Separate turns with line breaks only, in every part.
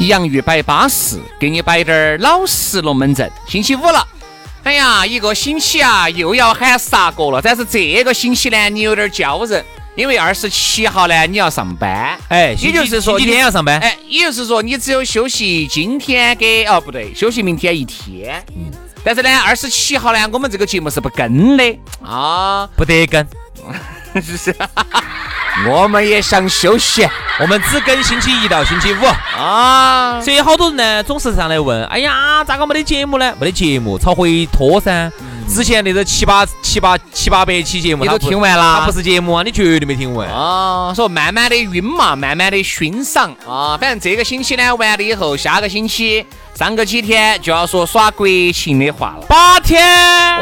洋芋摆巴适，给你摆点儿老实龙门阵。星期五了，哎呀，一个星期啊，又要喊杀哥了。但是这个星期呢，你有点焦人，因为二十七号呢，你要上班。
哎，
也就是说，
今天要上班。
哎，也就是说，你只有休息今天给哦，不对，休息明天一天。嗯。但是呢，二十七号呢，我们这个节目是不更的啊，
不得更，
就是， 我们也想休息
我们只更星期一到星期五。
啊。
所以好多人呢总是上来问，哎呀，咋个没得节目呢？没得节目，炒回拖噻。之前那个七八七八七八百期节目，
嗯你都
它不
听完啦
它不是节目啊，你绝对没听完。
啊，说慢慢的晕嘛，慢慢的欣赏啊。反正这个星期呢完了以后，下个星期上个几天就要说耍国庆的话了。
八天，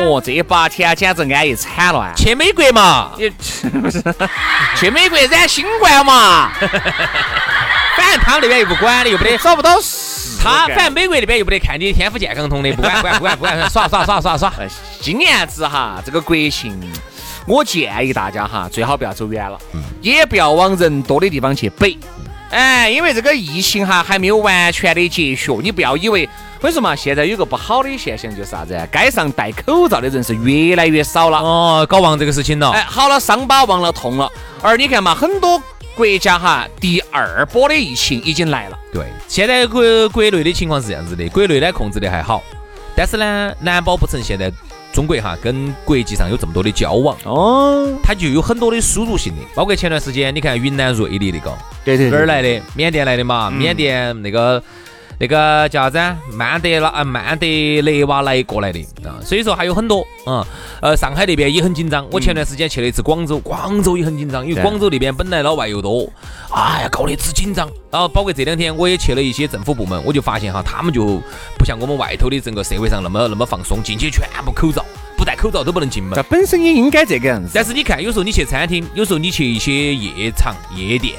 哦，这八天简直安逸惨 了啊！
去美国嘛，
你不是去美国染新冠嘛？
反正他们那边又不管的，又不得。
找不到事
他
干
反正美国那边又不得看你天府健康通 的，不管不管不管不管，耍耍耍耍耍。
呃今年子哈，这个国庆，我建议大家哈，最好不要走远了，
嗯
也不要往人多的地方去北。哎，因为这个疫情哈还没有完全的结束，你不要以为为什么现在有个不好的现象就是啥子？街上戴口罩的人是越来越少了。
哦，搞忘这个事情了
哎，。好了，伤疤忘了痛了。而你看嘛，很多国家哈，第二波的疫情已经来了。
对，现在国国内的情况是这样子的，国内呢控制的还好，但是呢，难保不成现在中国哈跟国际上有这么多的交往，
哦，
它就有很多的输入性的，包括前段时间你看云南瑞丽那个
对嗯对
哪儿
对，
来的？缅甸来的嘛，缅甸那个。那个叫啥子啊？曼德拉啊，曼德雷瓦莱过来的啊，所以说还有很多啊、呃，上海那边也很紧张。我前段时间去了一次广州，广州也很紧张，因为
嗯对
广州那边本来老外又多，哎呀，搞得之紧张。然后包括这两天我也去了一些政府部门，我就发现哈，他们就不像我们外头的整个社会上那么那么放松，进去全部口罩，不戴口罩都不能进门
这。本身也应该这个样子。
但是你看，有时候你去餐厅，有时候你去一些夜场、夜店，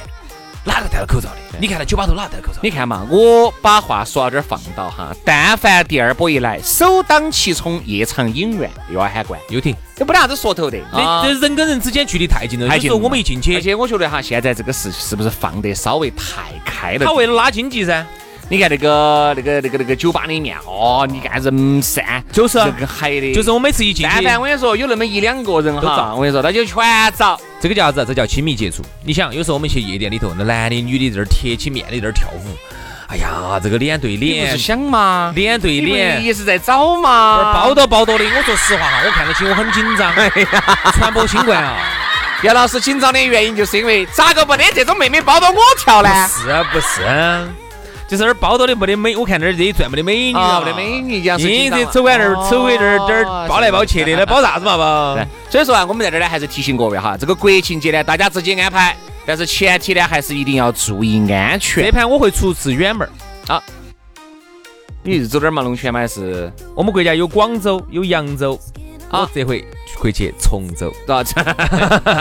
哪个戴了口罩的？你看那酒吧头哪个戴了口罩？
你看嘛，我把话说到这儿放到哈，但凡第二波一来，首当其冲夜场影院又要啊喊关，
又停，
这没得啥子说头的。
那这人跟人之间距离太近了，
啊太
有时
近了
候我们一进
而
去，
且我觉得哈，现在这个事是不是放得稍微太开了
他？为了拉经济噻，
你看那个那个那个那个酒吧里面，哦，你看人山，
就是啊
这个海的，
就是我每次一进
但
去，
凡我跟你说有那么一两个人
都
哈，
找
我跟你说他就全找。
这个叫啥子啊？这叫亲密接触。你想，有时候我们去夜店里头，那男的女的在这儿贴起面的在这儿跳舞，哎呀，这个脸对
你不
脸
是，想嘛？
脸对
你不
脸。
也是在找
这
嘛？
儿包到包到的，我说实话哈，我看得起，我很紧张，
哎
传播新冠啊，
杨老师紧张的原因就是因为咋个没得这种妹妹包到我跳
不
呢？
是不是，就是那儿包到的没得美，我看那儿这一转没得美女
啊，
啊，
不得美女，杨
你这走完这儿，走回这儿，这儿包来包去的，那包啥子嘛
对
包？，
所以说啊，我们在这儿呢，还是提醒各位哈，这个国庆节呢，大家自己安排，但是前提呢，还是一定要注意安
这
全。
盘我会出次远门儿，
你是走点儿嘛龙泉嘛，还是
我们国家有广州，有扬州，
啊
我这回回去崇州，
啊？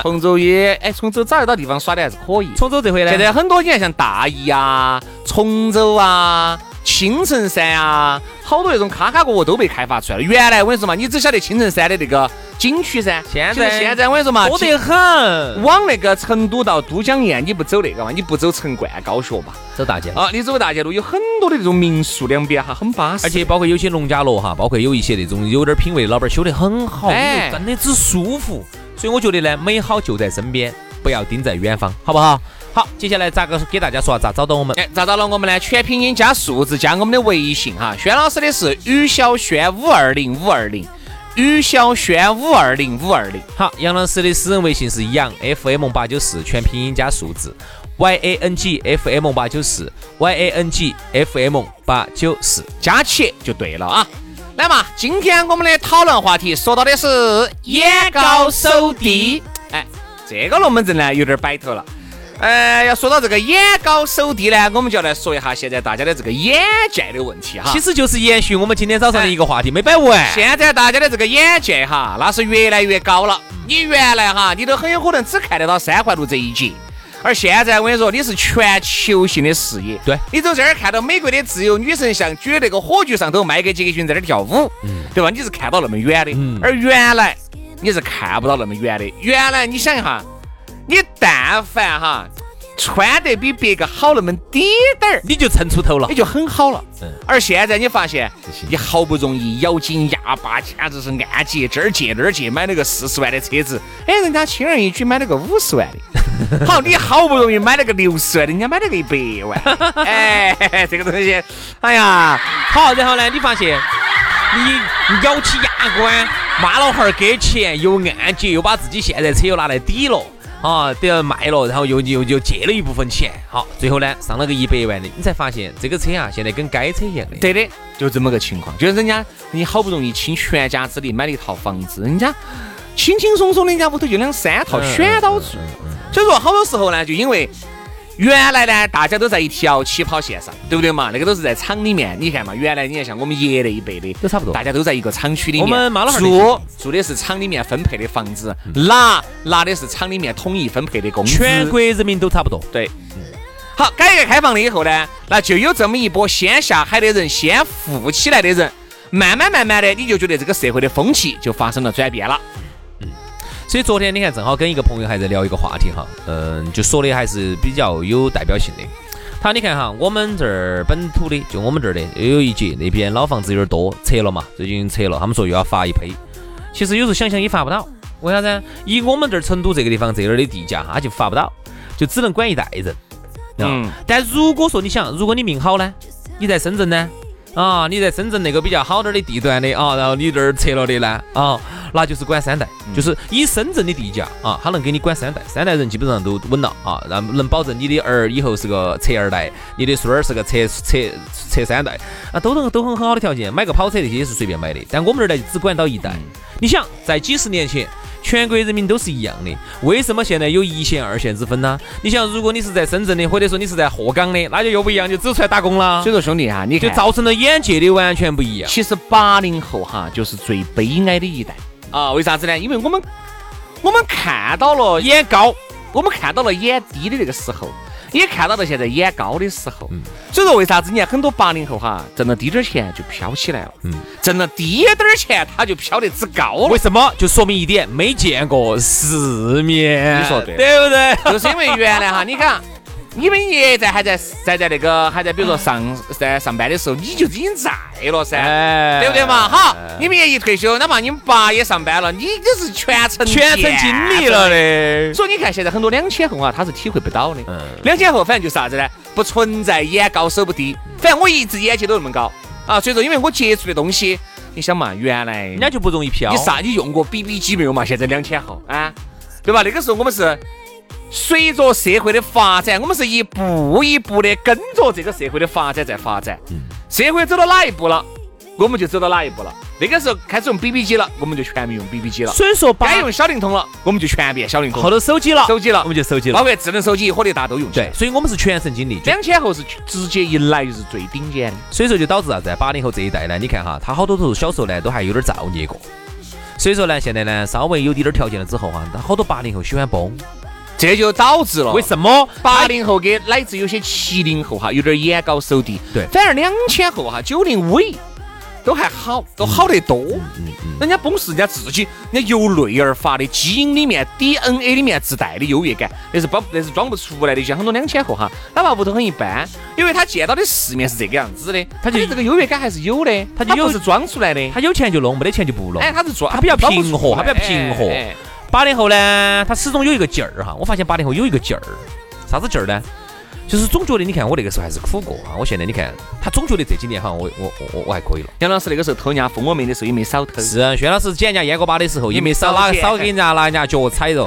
崇州也，哎，崇州找得到地方耍的还是可以。
崇州这回呢，
现在很多你看像大邑啊、崇州啊、青城山啊，好多那种卡卡角角都被开发出来了。原来我跟你说嘛，你只晓得青城山的那个景区噻，
现
其实
在
现在我跟你说嘛，
多得很，
往那个成都到都江堰，你不走那个嘛？你不走城灌高速嘛？
走大街。
啊，你走大街路有很多的这种民宿，两边哈很巴适。
而且包括有些农家乐哈，包括有一些那种有点品味的老板儿修得很好，因
哎
为真的只舒服。所以我觉得呢，美好就在身边，不要盯在远方，好不好？
好，接下来咋个给大家说啊？咋找到我们？
哎，咋到了我们呢？全拼音加数字加我们的微信哈，轩老师的是于小轩五二零五二零，于小轩五二零五二零。
好，杨老师的私人微信是杨 FM 八九四，全拼音加数字 Y A N G F M 八九四 Y A N G F M 八九四。
加起就对了啊。来嘛，今天我们的讨论话题说到的是眼高手低。哎，这个龙门阵呢有点摆头了。呃，要说到这个眼高手低呢，我们就要来说一下现在大家的这个眼界的问题哈。
其实就是延续我们今天早上的一个话题，没摆完。
现在大家的这个眼界哈，那是越来越高了。你原来哈，你都很有可能只看得到三环路这一节，而现在我跟你说，你是全球性的视野。
对
你走这儿看到美国的自由女神像举的那个火炬上头，迈克尔杰克逊在那儿跳舞，对吧？你是看到那么远的，
嗯
而原来你是看不到那么远的。原来你想一下，你但凡哈穿得比别个好那么点点儿，
你就蹭出头了
也。就很好了。
嗯
而现在你发现
是，
你好不容易咬紧牙巴，简直是按揭这儿借那儿借，买了个四十万的车子，哎，人家轻而易举买了个五十万的。好，你好不容易买了个六十万的，人家买了个一百万。 哎，嘿嘿这个东西，哎呀，
好，然后呢，你发现你咬起牙关，妈老汉儿给钱又按揭，又把自己现在车又拿来抵了。啊，都要卖了，然后又又又借了一部分钱，好，最后呢上了个一百万的，你才发现这个车啊，现在跟街车一样的。
对的，就这么个情况。就是人家你好不容易倾全家之力买了一套房子，人家轻轻松松的，人家屋头就两三套
嗯
选到住。所以说，好多时候呢，就因为原来呢，大家都在一条起跑线上，对不对嘛？那个都是在厂里面，你看嘛，原来你看像我们爷那一辈的，
都差不多
大家都在一个厂区里面
我们马老汉儿那嗯
住，住的是厂里面分配的房子，拿拿的是厂里面统一分配的工资。
全国人民都差不多。
对。好，改革开放了以后呢，那就有这么一波先下海的人，先富起来的人，慢慢慢慢的，你就觉得这个社会的风气就发生了转变了。
所以昨天你看，正好跟一个朋友还在聊一个话题哈，嗯，就说的还是比较有代表性的。他你看哈，我们这儿本土的，就我们这儿的，也有一节那边老房子有点多，拆了嘛，最近拆了，他们说又要发一批。其实有时候想想也发不到，为啥子呢？以我们这儿成都这个地方这儿的地价，它就发不到，就只能管一代人。
嗯
嗯，但如果说你想，如果你命好呢，你在深圳呢，啊，你在深圳那个比较好点儿的地段的啊，然后你这儿拆了的呢，啊，那就是管三代，就是以深圳的地价啊，它能给你管三代，三代人基本上都稳了啊，那能保证你的儿以后是个拆二代，你的孙儿是个拆拆拆三代啊，都能都很很好的条件，买个跑车那些也是随便买的，但我们这儿呢只管到一代。你想，在几十年前。全国人民都是一样的，为什么现在有一线、二线之分呢？你想，如果你是在深圳的，或者说你是在鹤岗的，那就又不一样，就只出来打工啦
所以，说，兄弟哈、你
就
看，
造成了眼界的完全不一样。
其实八零后哈就是最悲哀的一代啊，为啥子呢？因为我们我们看到了眼高，我们看到了眼低的那个时候，也看到了现在眼高的时候。所以说，为啥子你看很多八零后哈挣了滴点儿钱就飘起来了，
嗯
挣了滴点儿钱他就飘得之高了
为。什么？就说明一点，没见过世面。
你说对
对不对？
就是因为原来哈，你看，你们爷在还在在在那个还在比如说上在上班的时候，你就已经在了噻，
哎
对不对嘛？好，你们爷一退休，哪怕你们爸也上班了，你就是全程
全程经历了
的。
的。
所以你看，现在很多两千后啊，他是体会不到的。
嗯
两千后反正就是啥子呢？不存在眼高手不低，反正我一直眼界都那么高啊。所以说，因为我接触的东西，你想嘛，原来
人家就不容易飘。
你啥？你用过 BB 机没有嘛？现在两千后啊，对吧？那个时候我们是随着社会的发展，我们是一步一步的跟着这个社会的发展在发展。社会走到哪一步了，我们就走到哪一步了。那个时候开始用 BB 机了，我们就全民用 BB 机了；
所以说，
该用小灵通了，我们就全变小灵
后
通。
头手机了，
手机了
我们就手机
包
了。
括智能手机、火力大都用起来
对，。所以我们是全程经历。就
两千后是直接一来就是最顶尖的。
所以说就导致啥子啊？八零后这一代呢，你看哈，他好多时候小时候呢都还有点造孽过。所以说呢，现在呢稍微有滴点儿条件了之后哈、他好多八零后喜欢崩，
这就导致了
为什么？
八零后跟乃至有些七零后哈，有点眼高手低。
对
反而两千后哈，九零尾都还
嗯
好，都好得多。人家崩是人家自己，人家由内而发的，基因里面、DNA 里面自带的优越感，那是包那是装不出来的。像很多两千后哈，哪怕屋头很一般，因为他见到的世面是这个样子的，
他就
的这个优越感还是有的，
他就有
不是装出来的。
他有钱就弄，没得钱就不弄。
哎，他是装，
他比较
装不
平
出
和
来
他比较平和
哎哎
八零后呢，他始终有一个劲儿哈。我发现八零后有一个劲儿，啥子劲儿呢？就是总觉得，你看我那个时候还是苦过啊，我现在你看，他总觉得这几年哈，我我我我我还可以了。
杨老师那个时候偷人家蜂窝煤的时候也没少偷，
是啊，轩老师捡人家烟锅巴的时候，也没少拿
也没少捡
少给人家拿人家脚踩着。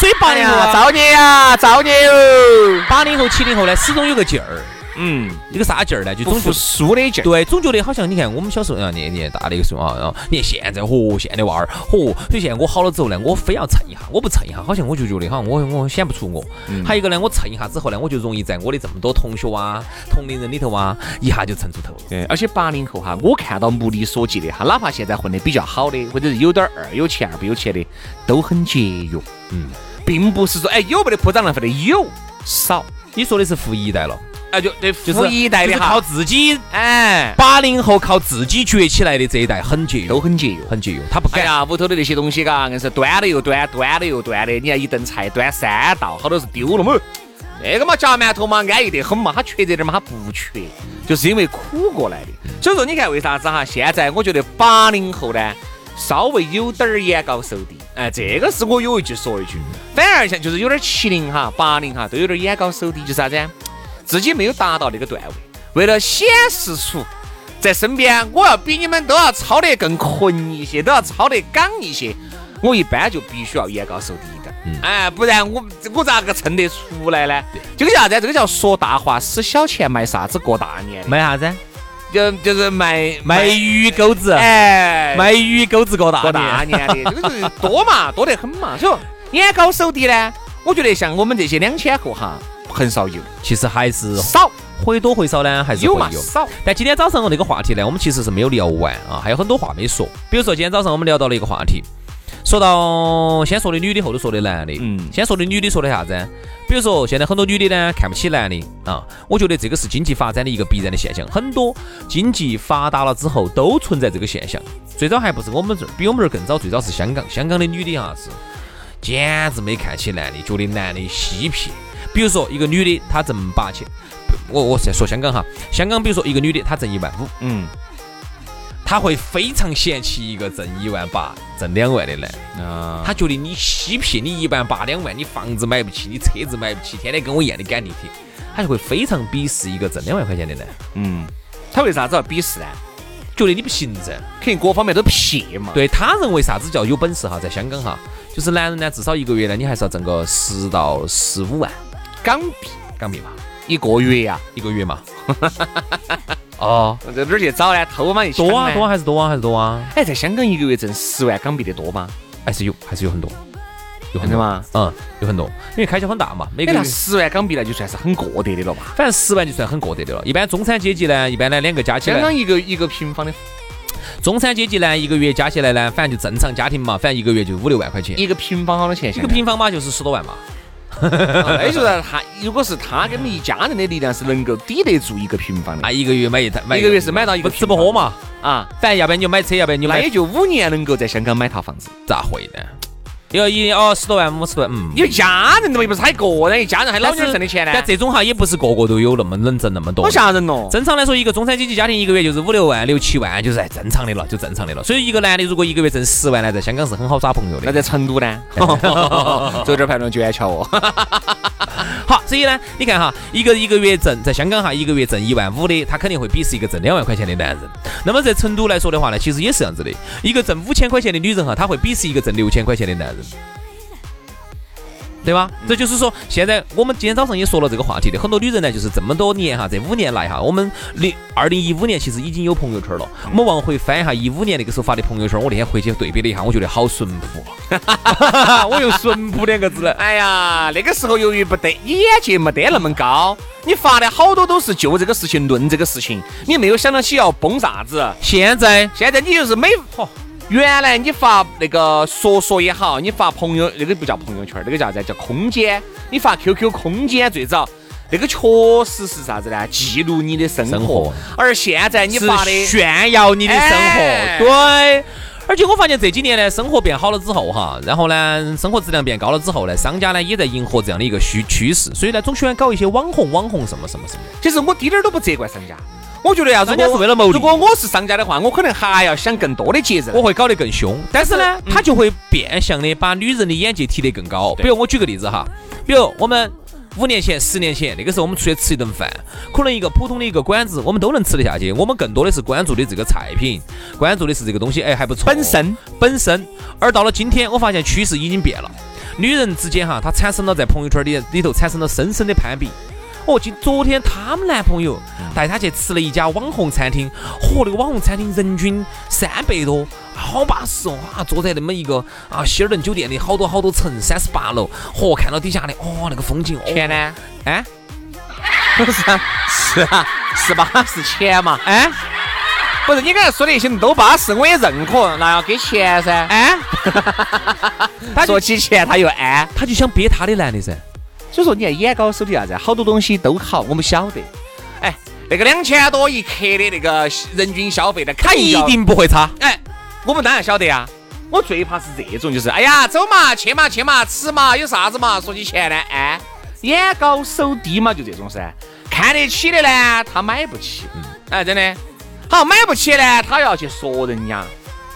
所以八零后
哎呀，
啊，
造孽呀，造孽哦哟！
八零后、七零后呢，始终有个劲儿，
嗯，
有个啥劲儿呢？就
不
总觉
服
得。
输的劲儿。
对，总觉得好像你看我们小时候啊，年年大那个时候啊，然后你看现在，嚯，现在娃儿，嚯，所以现在我好了之后呢，我非要蹭一下，我不蹭一下，好像我就觉得哈，我我显不出我。还有一个呢，我蹭一下之后呢，我就容易在我的这么多同学啊、同龄人里头啊，一下就蹭出头了。
对，而且八零后哈，我看到目力所及的哈，哪怕现在混得比较好的，或者是有点儿有钱不有钱的，都很节约。
嗯，
并不是说哎有没得铺张浪费的，有少。
你说的是富一代了，
哎，就对，
就是
富一代
就
的
是
哈，
靠自己，
哎，
八零后靠自己崛起来的这一代很节约，
都很节约。
很节约，他不
哎
敢。
呀，屋头的那些东西嘎，硬是端了又端，端了又端的。你看一顿菜端三道，好多是丢了么？那个嘛，夹馒头嘛，安逸得很嘛。他缺这点嘛，他不缺，就是因为苦过来的。所以说，你看为啥子哈？现在我觉得八零后呢，稍微有点儿眼高手低。哎，这个是我有一句说一句。反而像就是有点七零哈、八零哈，都有点眼高手低，就是啥子啊？自己没有达到那个段位，为了显示出在身边，我要比你们都要操得更困一些，都要操得刚一些，我一般就必须要眼高手低一点。
嗯
哎，不然我我咋个撑得出来呢？这个叫啥子？这个叫说大话，使小钱卖啥子过大年的？
买啥子？
就就是卖
买鱼钩子，
哎
买鱼钩子过大
过
年
大年的， 这个就是多嘛，多得很嘛。所以说眼高手低呢，我觉得像我们这些两千后哈，很少有，
其实还是
少
会多会少呢，还是
有
会
嘛
有。
少。
但今天早上我那个话题呢，我们其实是没有聊完啊，还有很多话没说。比如说今天早上我们聊到了一个话题，说到先说的女的，后头说的男的。
嗯
先说的女的说的啥子？比如说现在很多女的呢看不起男的啊，我觉得这个是经济发展的一个必然的现象，很多经济发达了之后都存在这个现象。最早还不是我们这儿，比我们这儿更早，最早是香港，香港的女的哈是简直没看起男的，觉得男的嬉皮。比如说一个女的她挣八千，我我在说香港哈，香港比如说一个女的她挣一万五，
嗯，
她会非常嫌弃一个挣一万八、挣两万的男，
啊，
她觉得你嬉皮，你一万八、两万，你房子买不起，你车子买不起，天天跟我一样的赶地铁，她就会非常鄙视一个挣两万块钱的男，
嗯，他为啥子要鄙视呢？
觉得你不行噻。
肯定各方面都撇嘛。
对他认为啥子叫有本事哈，在香港哈，就是男人呢，至少一个月呢，你还是要挣个十到十五万
港币
港币嘛，
一个月啊呀、
一个月嘛。哦，
这哪儿去找呢？偷嘛一
多啊多
啊！
啊还是多啊还是多啊，
哎，在香港一个月挣十万港币的多吗？
还是有还是有很多，有很
真的
多。
吗？
嗯，有很多，因为开销很大嘛，每个
哎，
月
那十万港币那就算是很过得的了吧？
反正十万就算很过得的了。一般中产阶级呢，一般呢两个加起
香
来，
港一个一个平方的，
中产阶级呢一个月加起来呢，反正就正常家庭嘛，反正一个月就五六万块钱，
一个平方好多钱？
一个平方嘛就是十多万嘛。
方， 哎，就是他，如果是他跟你一家人的力量是能够抵得住一个平方
啊，
的
一个月买一台，买
一个月是买到一个
不吃不喝嘛，
啊，
反正要不然你就买车，要不然你就
那
买
也就五年能够在香港买套房子。
咋会呢？要一哦十多万五十多万，嗯。
因为家人的嘛，又不是他一个人，一家人还老娘儿挣的钱呢，
但这种哈也不是个个都有那么能挣那么多
好。吓人哦！
正常来说，一个中产阶级家庭一个月就是五六万、六七万，就是哎正常的了，就正常的了。所以一个男的如果一个月挣十万呢，在香港是很好耍朋友
那在
的。
成都 呢，走这儿盘龙卷桥哦，
好，所以呢，你看哈，一个一个月挣在香港哈，一个月挣一万五的，他肯定会鄙视一个挣两万块钱的男人。那么在成都来说的话呢，其实也是这样子的，一个挣五千块钱的女人哈，她会鄙视一个挣六千块钱的男人。对吧？这就是说，现在我们今天早上也说了这个话题的，很多女人呢，就是这么多年哈，这五年来哈，我们零二零一五年其实已经有朋友圈了。我们往回翻一下一五年那个时候发的朋友圈，我那天回去对比了一下，我觉得好淳朴啊！我用“淳朴”两个字来
哎呀，那个时候由于不得眼界没得那么高，你发的好多都是就这个事情论这个事情，你没有想到起要崩啥子。
现在
现在你就是每，
哦
原来你发那个说说也好，你发朋友那个不叫朋友圈，那个叫啥子？叫空间。你发 QQ 空间最早。那个确实是啥子呢？记录你的生活，
生活
而现在你
是
发的
炫耀你的生活，
哎
对。而且我发现这几年呢，生活变好了之后哈，然后呢，生活质量变高了之后呢，商家呢也在迎合这样的一个趋趋势，所以呢，总喜欢搞一些网红、网红什么什么什么。
其实我滴点儿都不责怪商家，我觉得呀，如
商家
果
是为了牟利
如果我是商家的话，我可能还要想更多的节日。
我会搞得更凶，但是呢，他就会变相的把女人的眼界提得更高。比如我举个例子哈，比如我们五年前、十年前那个时候，我们出去吃一顿饭，可能一个普通的一个馆子，我们都能吃得下去。我们更多的是关注的这个菜品，关注的是这个东西，哎，还不错。
本身
本身，而到了今天，我发现趋势已经变了。女人之间哈，她产生了在朋友圈里里头产生了深深的攀比。哦，今昨天她们男朋友带她去吃了一家网红餐厅，嚯、那个网红餐厅人均三百多，好巴适哦！啊，坐在那么一个啊希尔顿酒店的好多好多层，三十八楼，嚯、看到底下的哦那个风景，哦，
钱呢？
哎
是啊，是啊，是吧？是钱嘛？哎，不是，你刚才说的那些都巴适，我也认可，那要给钱噻。 哎，
他就
说起钱他又哎安，
她就想憋她的男的噻。
所以说你看眼高手低啥子，好多东西都好，我们晓得。哎，那个两千多一克的那个人均消费的，
她一
要
定不会差，
哎，我们当然晓得呀、我最怕是这种，就是哎呀，走嘛，去嘛，去嘛，吃嘛，有啥子嘛？说起钱呢，哎，眼高手低嘛，就这种噻。看得起的呢，他买不起，
嗯
哎，真的。好，买不起呢，他又要去说人家。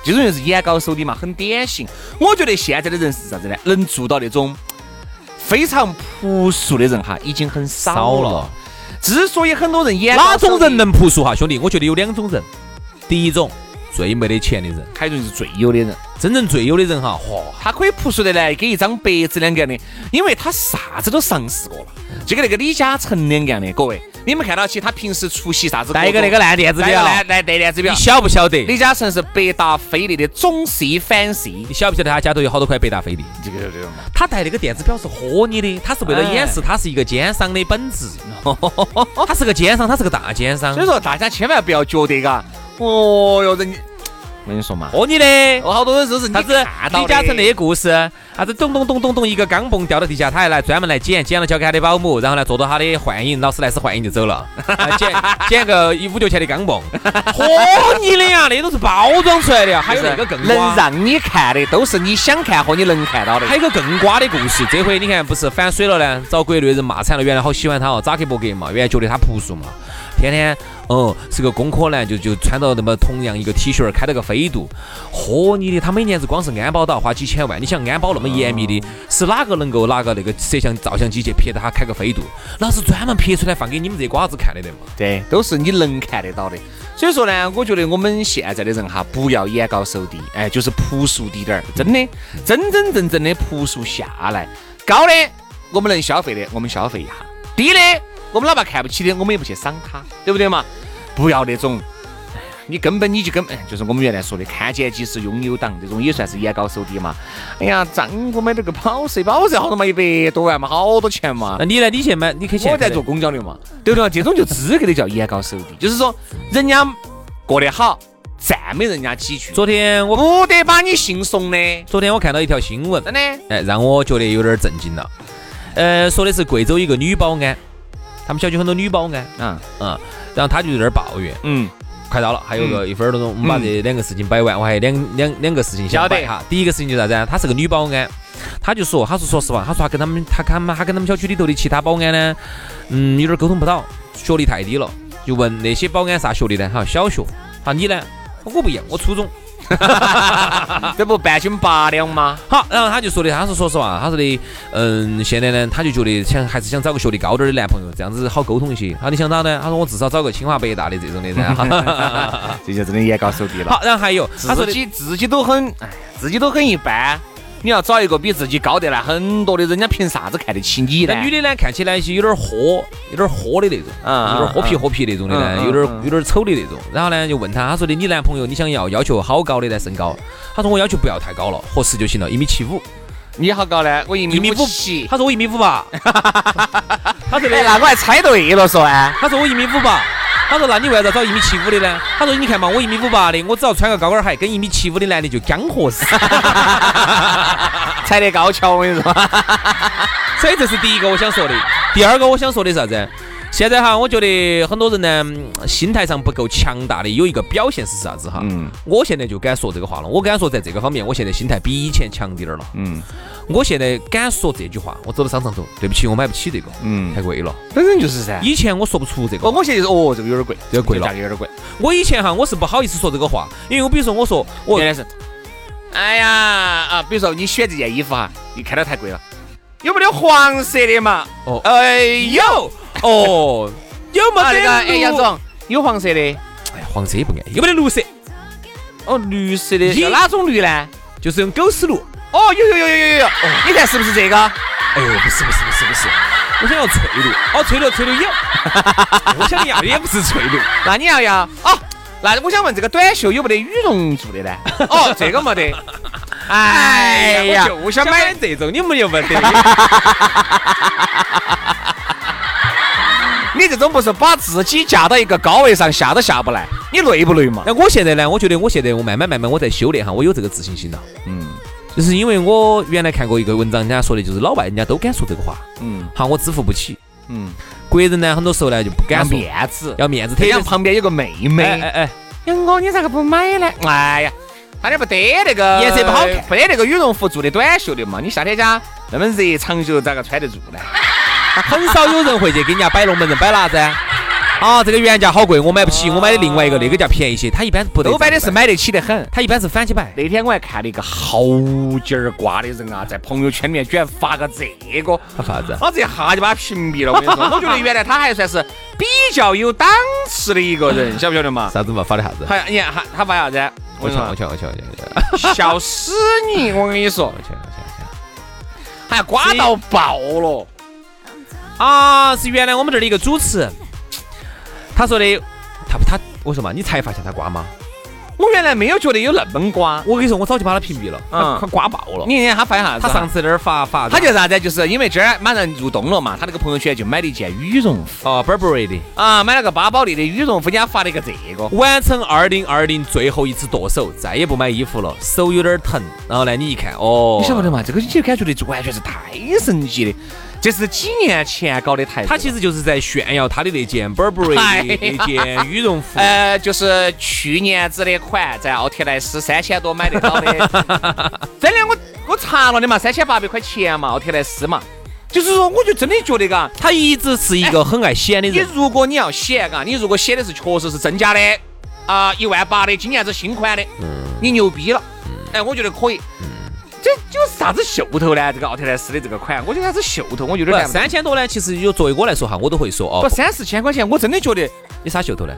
这种人是眼高手低嘛，很典型。我觉得现在的人是啥子呢？能做到那种非常朴素的人哈，已经很少了。
少了
之所以很多人眼
哪
高手
种
低
人能朴素哈，兄弟？我觉得有两种人，第一种最没得钱的人。
开头就是最有的人。
真正最有的人哈，嚯，
他可以朴素的来给一张白纸两个样的，因为他啥子都尝试过了，就跟那个李嘉诚两个样的。各位，你们看到起他平时出席啥子
带一
活
个
动
那个烂电子
带一个
表
烂烂带电子
你
表。
晓不晓得？
李嘉诚是百达翡丽的总 C 反 C，
你晓不晓得他家头有好多块百达翡丽？
这个这个嘛，
他戴那个电子表是豁你的，他是为了
哎哦
掩饰他是一个奸商的本质。 他是个奸商，他是个大奸商
所以。说大家千万不要觉得嘎，哦哟，人家，我跟你说嘛，
豁你的，
我好多人都哦是你
啥子
看到的
李嘉诚那些故事，啥子咚咚咚咚咚一个钢蹦掉到地下，他还来专门来捡，捡了交给他的保姆，然后呢坐到他的幻影，劳斯莱斯幻影就走了， 啊捡捡个一五六千的钢蹦， 豁你的啊呀，那都是包装出来的呀，啊还有那个更瓜
能让你看的都是你想看和你能看到的
还。有个更瓜的故事，这回你看不是反水了呢？遭国内人骂惨了，原来好喜欢他哦，扎克伯格嘛，原来觉得他朴素嘛，天天哦是个工科男，就就穿到那么同样一个 T 恤儿，开了个飞度，嚯你的，他每年是光是安保都要花几千万，你想安保那么严密的，是哪个能够拿个那个摄像照相机去拍到他开个飞度？那是专门拍出来放给你们这瓜子看的的嘛？
对，都是你能看得到的。所以说呢，我觉得我们现在的人哈，不要眼高手低，哎，就是朴素滴点儿，真的，真真正正的朴素下来。高的我们能消费的，我们消费一下；低的我们哪怕看不起的，我们也不去赏他，对不对嘛？不要那种，哎你根本你就根本哎就是我们原来说的“看见即是拥有党”这种，也算是眼高手低嘛。哎呀，张哥买了个跑车，跑车好多嘛，一百多万嘛，好多钱嘛
啊那。你呢？你去买，你可以去
我在坐公交的嘛，对不对嘛？这种就资格的叫眼高手低，就是说人家过得好，赞美人家几句，
昨天我
不得把你信怂的，
昨天我看到一条新闻，
真的。
哎，让我觉得有点儿震惊了。呃，说的是贵州一个女保安，他们小区很多女保安，
嗯
嗯，然后她就在那儿抱怨，
嗯，
快到了，还有个一分儿多钟，我们把这两个事情摆完，我还有两两两个事情
晓
想
得
摆哈。第一个事情就是啥子啊？她是个女保安，她就说，她说说实话，她说她跟他们，她跟他们，她跟他们小区里头的其他保安呢，嗯，有点儿沟通不到，学历太低了。就问那些保安啥学历呢？哈，小学。哈，你呢？我不一样，我初中。
这不半斤八两吗？
好，然后他就说的，他说说实话，他说的，嗯，现在呢，他就觉得想还是想找个学历高点儿的男朋友，这样子好沟通一些。他说你想找呢？他说我至少找个清华北大的这种的噻。
这就真的眼高手低了。
好，然后还有他
自
说的，
己自己都很，哎，自己都很一般。你要找一个比自己高得来很多的，人家凭啥子看得起你呢
那？女的呢，看起来是有点儿豁，有点儿豁的那种，
嗯
啊有点儿豁皮豁皮那种的呢，
嗯嗯
有点
嗯
儿有点儿丑的那种。然后呢，就问他，他说的你男朋友你想要要求好高的呢身高？他说我要求不要太高了，合适就行了，一米七五。
你好高呢，我一
一米
米
五
七。
他说我一米五吧， 他说的
哎，那我还猜 对了，说 啊。
他说我一米五八，他说那你为啥子要找一米七五的呢？他说你看嘛，我一米五八的，我只要穿个高跟鞋，跟一米七五的男的就刚 合适。
踩得高跷，我跟你说。
所以这是第一个我想说的。第二个我想说的是啥子？现在哈，我觉得很多人呢，嗯心态上不够强大的有一个表现是啥子哈？
嗯
我现在就敢说这个话了，我敢说在这个方面，我现在心态比以前强点儿了。
嗯
我现在敢说这句话，我走到商场头，对不起，我买不起这个，
嗯
太，贵了。
本身就是噻。
以前我说不出这个
哦，，我现在就是哦，这个有点贵，
这个贵了
价格有点贵。
我以前哈，我是不好意思说这个话，因为我比如说我说我
哦原来是，哎呀啊，比如说你选这件衣服哈，你看到太贵了，有没得黄色的嘛？
哦
哎有，
哦，有没
啊那
得
个哎杨
绿？
总有黄色的，
哎，黄色也不爱，有没得绿色？
哦绿色的，
咦
要哪种绿呢？
就是用狗屎绿。
哦有有有有有有有，你看是不是这个？
哎呦，不是不是不是不是，我想要翠绿。哦，翠绿翠 绿有，我想要的也不是翠绿。
那你要不要？哦，那我想问这个短袖有没得羽绒做 的呢？哦，这个没得。哎呀，我就想买。
这种，你们又不 得。
你这种不是把自己架到一个高位上，下都下不来，你累不累嘛？
那我现在呢？我觉得我现在我慢慢慢慢我在修炼哈，我有这个自信心了。
嗯
就是因为我原来看过一个文章，人家说的就是老外人家都敢说这个话，
嗯
哈，我支付不起。
嗯，
国人呢，很多时候呢就不
要
敢说，
面子。
要面子，
特
别
像
是
旁边有个妹
哎哎
妹，
哎，
杨哥，你咋个不买呢？ 哎呀，他那不得那个
颜色不好看
不得那个羽绒服做的短袖的嘛。你夏天家那么热，长袖咋个穿得住 呢？
很少有人会去给人家摆龙门阵，摆啥子啊？啊，这个原价好贵，我买不起，
啊
我买的另外一个那个叫便宜些，他一般不得
都摆的
这
是
样
买得起得很。
他一般是反起摆。
那天我还看了一个好鸡儿瓜的人啊，在朋友圈里面居然发个这个，
他啥子？
老子一下就把他屏蔽了。我跟你 说，我觉得原来他还算是比较有档次的一个人，晓不晓得嘛？
啥子嘛？发的啥子？嗯
还你看还他发啥子？
我
我
抢，
说
我抢，我抢，我抢，我抢，我
笑死你！我跟你说，
抢，我抢！
还瓜到爆了。
啊，是原来我们这儿的一个主持，他说的，他他我说嘛，你才发现他瓜吗？
我原来没有觉得有那么瓜。
我跟你说，我早就把他屏蔽了，
嗯
他他瓜爆了。
你看他发现啥子
他
啊？
上次在那儿发发，
他就是啥子啊？就是因为今儿马上入冬了嘛，他那个朋友圈就买了一件羽绒服
哦，Burberry 的，
啊，买了个巴宝莉的羽绒服，人家发了一个这个。
完成二零二零最后一次剁手，再也不买衣服了，手有点疼。然后呢，你一看，哦，
你晓不得嘛？这个你就感觉这完全是太神奇的，这是几年前搞的台。
他其
实
实就是在炫耀他的那件 Burberry
哎
的
呀
那件羽绒服。
呃，就是去年子的款，在奥特莱斯三千多买得到的。真的，我我查了的嘛，三千八百块钱嘛，奥特莱斯嘛。就是说，我就真的觉得嘎，
他一直是一个很爱显的
你
人，
如果你要写嘎，你如果写的是确实是真假的啊，一万八的，今年子新款的，
嗯
你牛逼了。哎，我觉得可以。这有啥子秀头呢？这个奥特莱斯的这个款，我觉得啥子秀头，我有点
不
难。
三千多呢，其实有作为我来说哈，我都会说
不
哦，
三四千块钱，我真的觉得，
你啥秀头呢？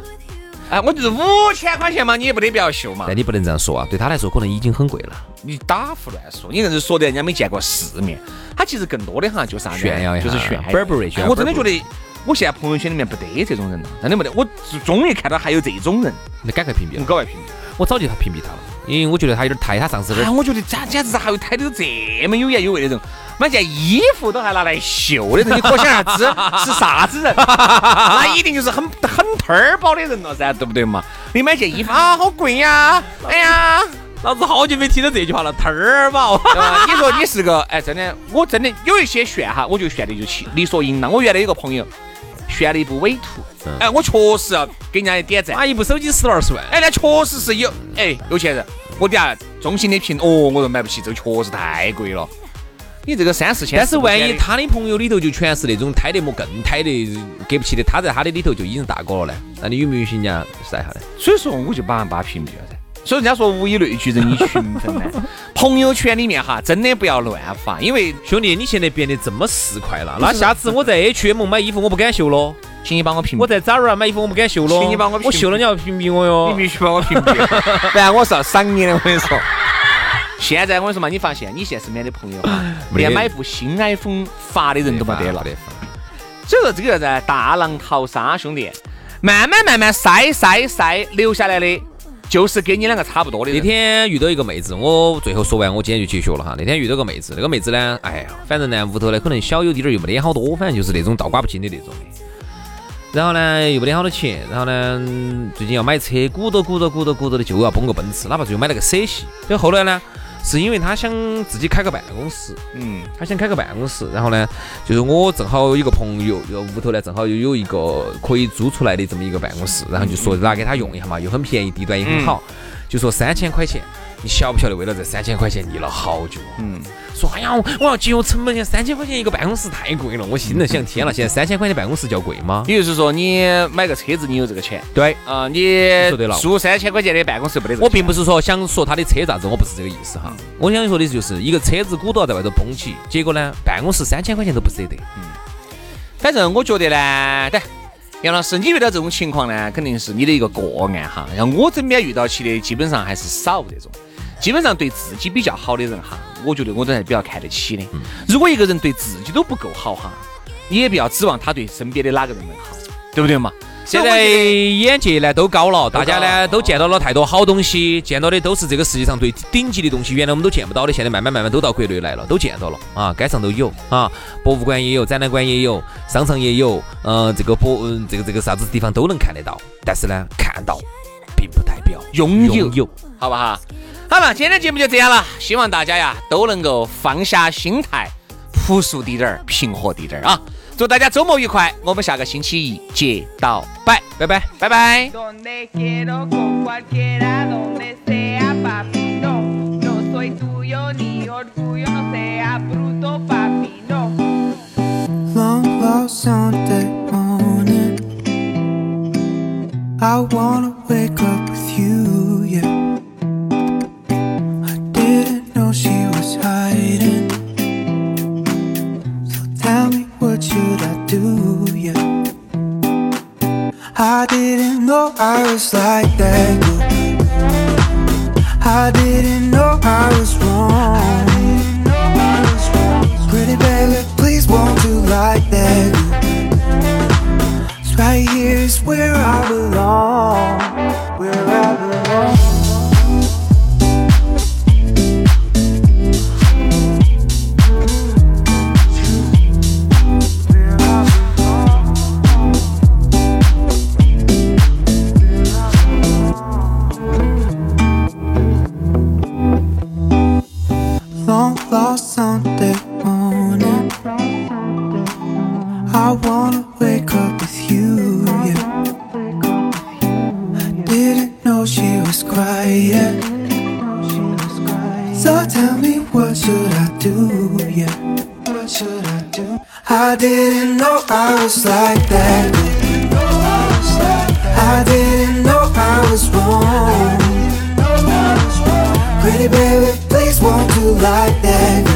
哎，我就是五千块钱嘛，你也不得必要秀嘛
但。你不能这样说啊，对他来说可能已经很贵了。
你打胡乱说，你硬是说的人家没见过世面。他其实更多的哈，就是啥呢
炫耀一下
就是炫耀
Burberry，炫耀
哎我真的
Burberry
觉得，我现在朋友圈里面不得这种人了，真的没得。我终于看到还有这种人，
那赶快屏蔽
我
了，
搞外屏。
我早就屏蔽他了，因为我觉得他有点太，他上次有
哎，
点
我觉得咋简直是还有抬头这么有颜有味的人，买件衣服都还拿来秀的人，你可想而 知是啥子人？那一定就是很很忒儿包的人了噻，对不对嘛？你买件衣服啊，好贵呀、哎呀。
老子好久没听到这句话了，忒儿 吧。
对吧？你说你是个哎，真的，我真的有一些炫哈，我就炫的就起理所应当。我原来有个朋友炫了一部尾图，哎，我确实要给人家点赞。
妈，一部手机十多二十万，
哎，那确实是有哎有钱人，我底下衷心的评，哦，我说买不起，这个确实太贵了。你这个三四千，
但是万一
4000的
他的朋友里头就全是那种抬得么更抬得给不起的，他在他的里头就已经大哥了呢，那你允不允许人家晒下呢？
所以说我就把人把他屏蔽了噻。所以人家说物以类聚，人以群分呢。 朋友圈里面哈，真的不要乱发，因为
兄弟，你现在变得这么市侩了，
不
那
是
下次我在 H&M 买衣服我不敢秀喽，
请你帮我屏蔽。
我在 Zara 买衣服我不敢秀喽，
请你帮我屏蔽
我秀了你要屏蔽我哟
你。必须把我屏 蔽，不然哦啊我是要赏你的。我跟你说， 现在我跟你说嘛，你发现你现在身边的朋友哈，
没得
连买部新 iPhone 发的人都没得了
没。得法
所以说这个叫啥？大浪淘沙，兄弟，慢慢慢慢筛筛筛，留下来的就是跟你两个差不多的
那
人。
天遇到一个妹子，我最后说完，我今天就结束了哈。那天遇到个妹子，那个妹子呢，哎呀，反正呢屋头呢可能小有滴点儿，又没得好多，反正就是那种倒瓜不进的那种的。然后呢又没得好多钱，然后呢嗯最近要买车，鼓捣鼓捣鼓捣鼓捣的就要崩个奔驰，哪怕最后买了个舍系。但后来呢，是因为他想自己开个办公室，
嗯，
他想开个办公室，然后呢，就是我正好有个朋友，有屋头呢正好又有一个可以租出来的这么一个办公室，然后就说拿给他用一下嘛，又很便宜，地段也很好，就说三千块钱。你晓不晓得为了这三千块钱腻了好久？嗯，说哎呀，我我要节约成本，三千块钱一个办公室太贵了。我心头想，天了，现在三千块钱办公室叫贵吗？
也就是说你买个车子你有这个钱
对，
啊、你
说对了
租三千块钱的办公室没得这个
我并
钱
不是说想说他的车咋子，我不是这个意思哈。我想说的就是一个车子股都要在外头崩起，结果呢，办公室三千块钱都不舍得。
反正我觉得呢，对，杨老师，你遇到这种情况呢，肯定是你的一个个案哈。像我身边遇到起的，基本上还是少这种。基本上对自己比较好的人哈，我觉得我都还比较看得起
嗯
的。如果一个人对自己都不够好哈，你也不要指望他对身边的哪个人能好，对不对嘛？
现
所以我
在
觉得
眼界呢都高了，大家
高了
呢都见到了太多好东西，见到的都是这个世界上最顶级的东西。原来我们都见不到的，现在慢慢慢慢都到国内来了，都见到了啊，街上都有啊，博物馆也有，展览馆也有，商场也有，嗯、这个博，嗯、这个这个啥子地方都能看得到。但是呢，看到并不代表
拥有
拥有。
好不好？好吧，今天的节目就这样了，希望大家呀都能够放下心态，朴素滴点儿，平和滴点儿啊！祝大家周末愉快，我们下个星期一接到拜，
拜拜。
拜拜。
Donde quiero con cualquiera, donde sea papi, no. No soy tuyo ni orgullo, no sea bruto papi, no.
long lost Sunday morning. I wanna wake up with you, yeah. I didn't know she was hiding. So tell me what should I do, yeah. I didn't know I was like that. Girl. I didn't know I was wrong. Pretty baby, please won't you like that? It's right here is where I belong. Where I belong. Where I belong. long lost Sunday morning. I wanna wake up with you, yeah. I didn't know she was crying. So tell me what should I do, yeah? What should I do? I didn't know I was like that. I didn't know I was wrong. Pretty baby, please won't you like that?